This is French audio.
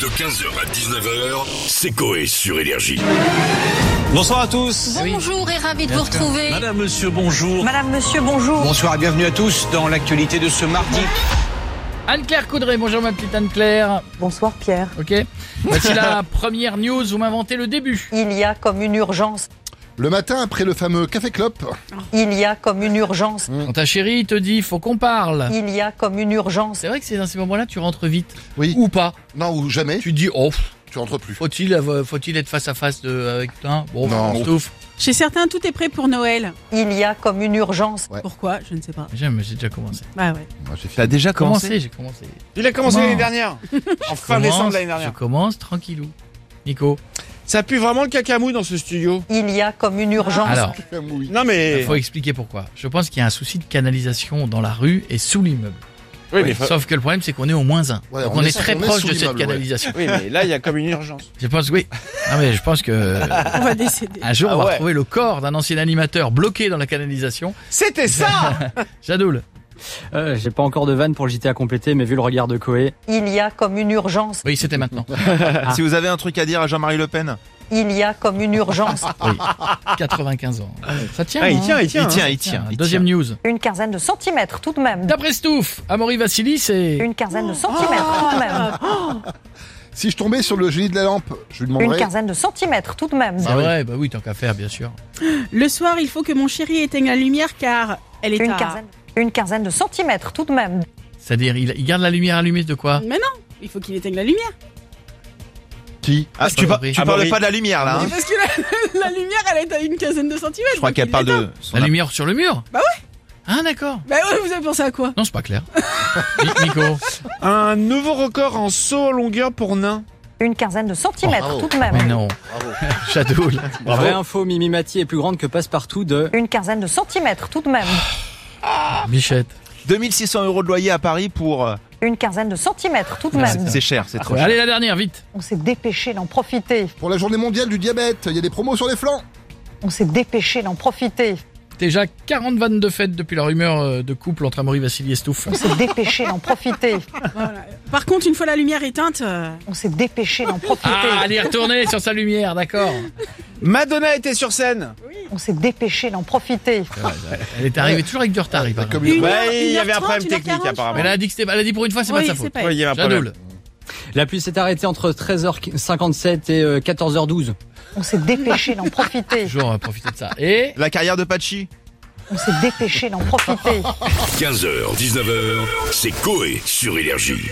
De 15h à 19h, c'est Coé sur Énergie. Bonsoir à tous. Bonjour et ravi de vous retrouver. Madame, monsieur, bonjour. Madame, monsieur, bonjour. Bonsoir et bienvenue à tous dans l'actualité de ce mardi. Anne-Claire Coudray, bonjour ma petite Anne-Claire. Bonsoir, Pierre. Ok. Voici la première news, vous m'inventez le début. Il y a comme une urgence. Le matin, après le fameux Café Clop, Il y a comme une urgence. Mm. Quand ta chérie te dit faut qu'on parle. Il y a comme une urgence. C'est vrai que c'est dans ces moments-là tu rentres vite. Oui. Ou pas. non ou jamais, tu, Tu te dis oh pff, tu rentres plus. faut-il euh, faut-il être face à face de, avec toi Bon Non. on souffle. Chez certains, tout est prêt pour Noël. Il y a comme une urgence. Ouais. Pourquoi Je ne sais pas. J'aime, j'ai déjà commencé. Bah ouais. Moi, j'ai fini. T'as déjà Commencé, j'ai commencé. Il a commencé Comment l'année dernière. En fin Commence, décembre de l'année Je dernière. commence tranquillou. Nico, Ça pue vraiment le cacamou dans ce studio. Il y a comme une urgence. alors, Oui. Non mais. il faut expliquer pourquoi. Je pense qu'il y a un souci de canalisation dans la rue et sous l'immeuble. Oui, mais, Sauf que le problème, c'est qu'on est au moins un. Ouais, Donc on on, est est sous- très on est proche sous de cette l'immeuble, ouais. canalisation. oui, mais là, il y a comme une urgence. Je pense, oui. Non, mais je pense que On va décéder. Un jour, Ah on va ouais. retrouver le corps d'un ancien animateur bloqué dans la canalisation. C'était ça Jadoul. Euh, J'ai pas encore de vanne pour le JT à compléter, mais vu le regard de Koé, Il y a comme une urgence. Oui, c'était maintenant. Ah. Si vous avez un truc à dire à Jean-Marie Le Pen, Il y a comme une urgence. 95 ans. Ça tient. Ah, il hein. tient, il tient. il hein. tient, il tient. il Deuxième tient. news. Une quinzaine de centimètres tout de même. D'après Stouff, Amaury Vassili, c'est. Une quinzaine de centimètres tout de même. Si je tombais sur le génie de la lampe, je lui Une demanderais. quinzaine de centimètres tout de même. C'est vrai, bah oui, tant qu'à faire, bien sûr. Le soir, il faut que mon chéri éteigne la lumière car elle est Une à- quinzaine. Une quinzaine de centimètres tout de même. C'est-à-dire, il, il garde la lumière allumée de quoi Mais non, il faut qu'il éteigne la lumière. Qui Ah, tu, par- Amaury. tu parles pas de la lumière là. hein. Parce que la, la lumière, elle est à une quinzaine de centimètres. Je crois donc qu'elle il parle l'éteint. de. son La lumière sur le mur Bah ouais. Ah, d'accord. Bah ouais, vous avez pensé à quoi Non, c'est pas clair. Ni- Nico. Un nouveau record en saut en longueur pour nain. Une quinzaine de centimètres Bravo. tout de même. Mais non. Jadoul. vraie info, Mimi Mati est plus grande que Passepartout de... Une quinzaine de centimètres tout de même. Bichette. 2600 euros de loyer à Paris pour. euh, Une quinzaine de centimètres tout de Merci. même. C'est cher, c'est trop cher. Ah, Allez, la dernière, vite. On s'est dépêché d'en profiter. Pour la journée mondiale du diabète, il y a des promos sur les flancs. On s'est dépêché d'en profiter. Déjà 40 vannes de fête depuis la rumeur euh, de couple entre Amaury Vassili et Stouff. On s'est dépêché d'en profiter. Voilà. Par contre, une fois la lumière éteinte, euh, On s'est dépêché d'en profiter. Ah, allez, retourner sur sa lumière, d'accord. Madonna était sur scène. On s'est dépêché d'en profiter. Elle est arrivée toujours avec du retard, il paraît. Comme une Bah, heure, il y une heure avait un trente, problème une heure technique, quarante, je crois. Mais elle a dit que c'était, elle a dit pour une fois, c'est pas Oui, de sa c'est faute. pas Oui, il y avait un problème. Jadoul. La pluie s'est arrêtée entre 13h57 et euh, 14h12. On s'est dépêché d'en profiter. Toujours euh, profiter de ça. Et La carrière de Pachi. On s'est dépêché d'en profiter. 15h, 19h, c'est Coé sur Énergie.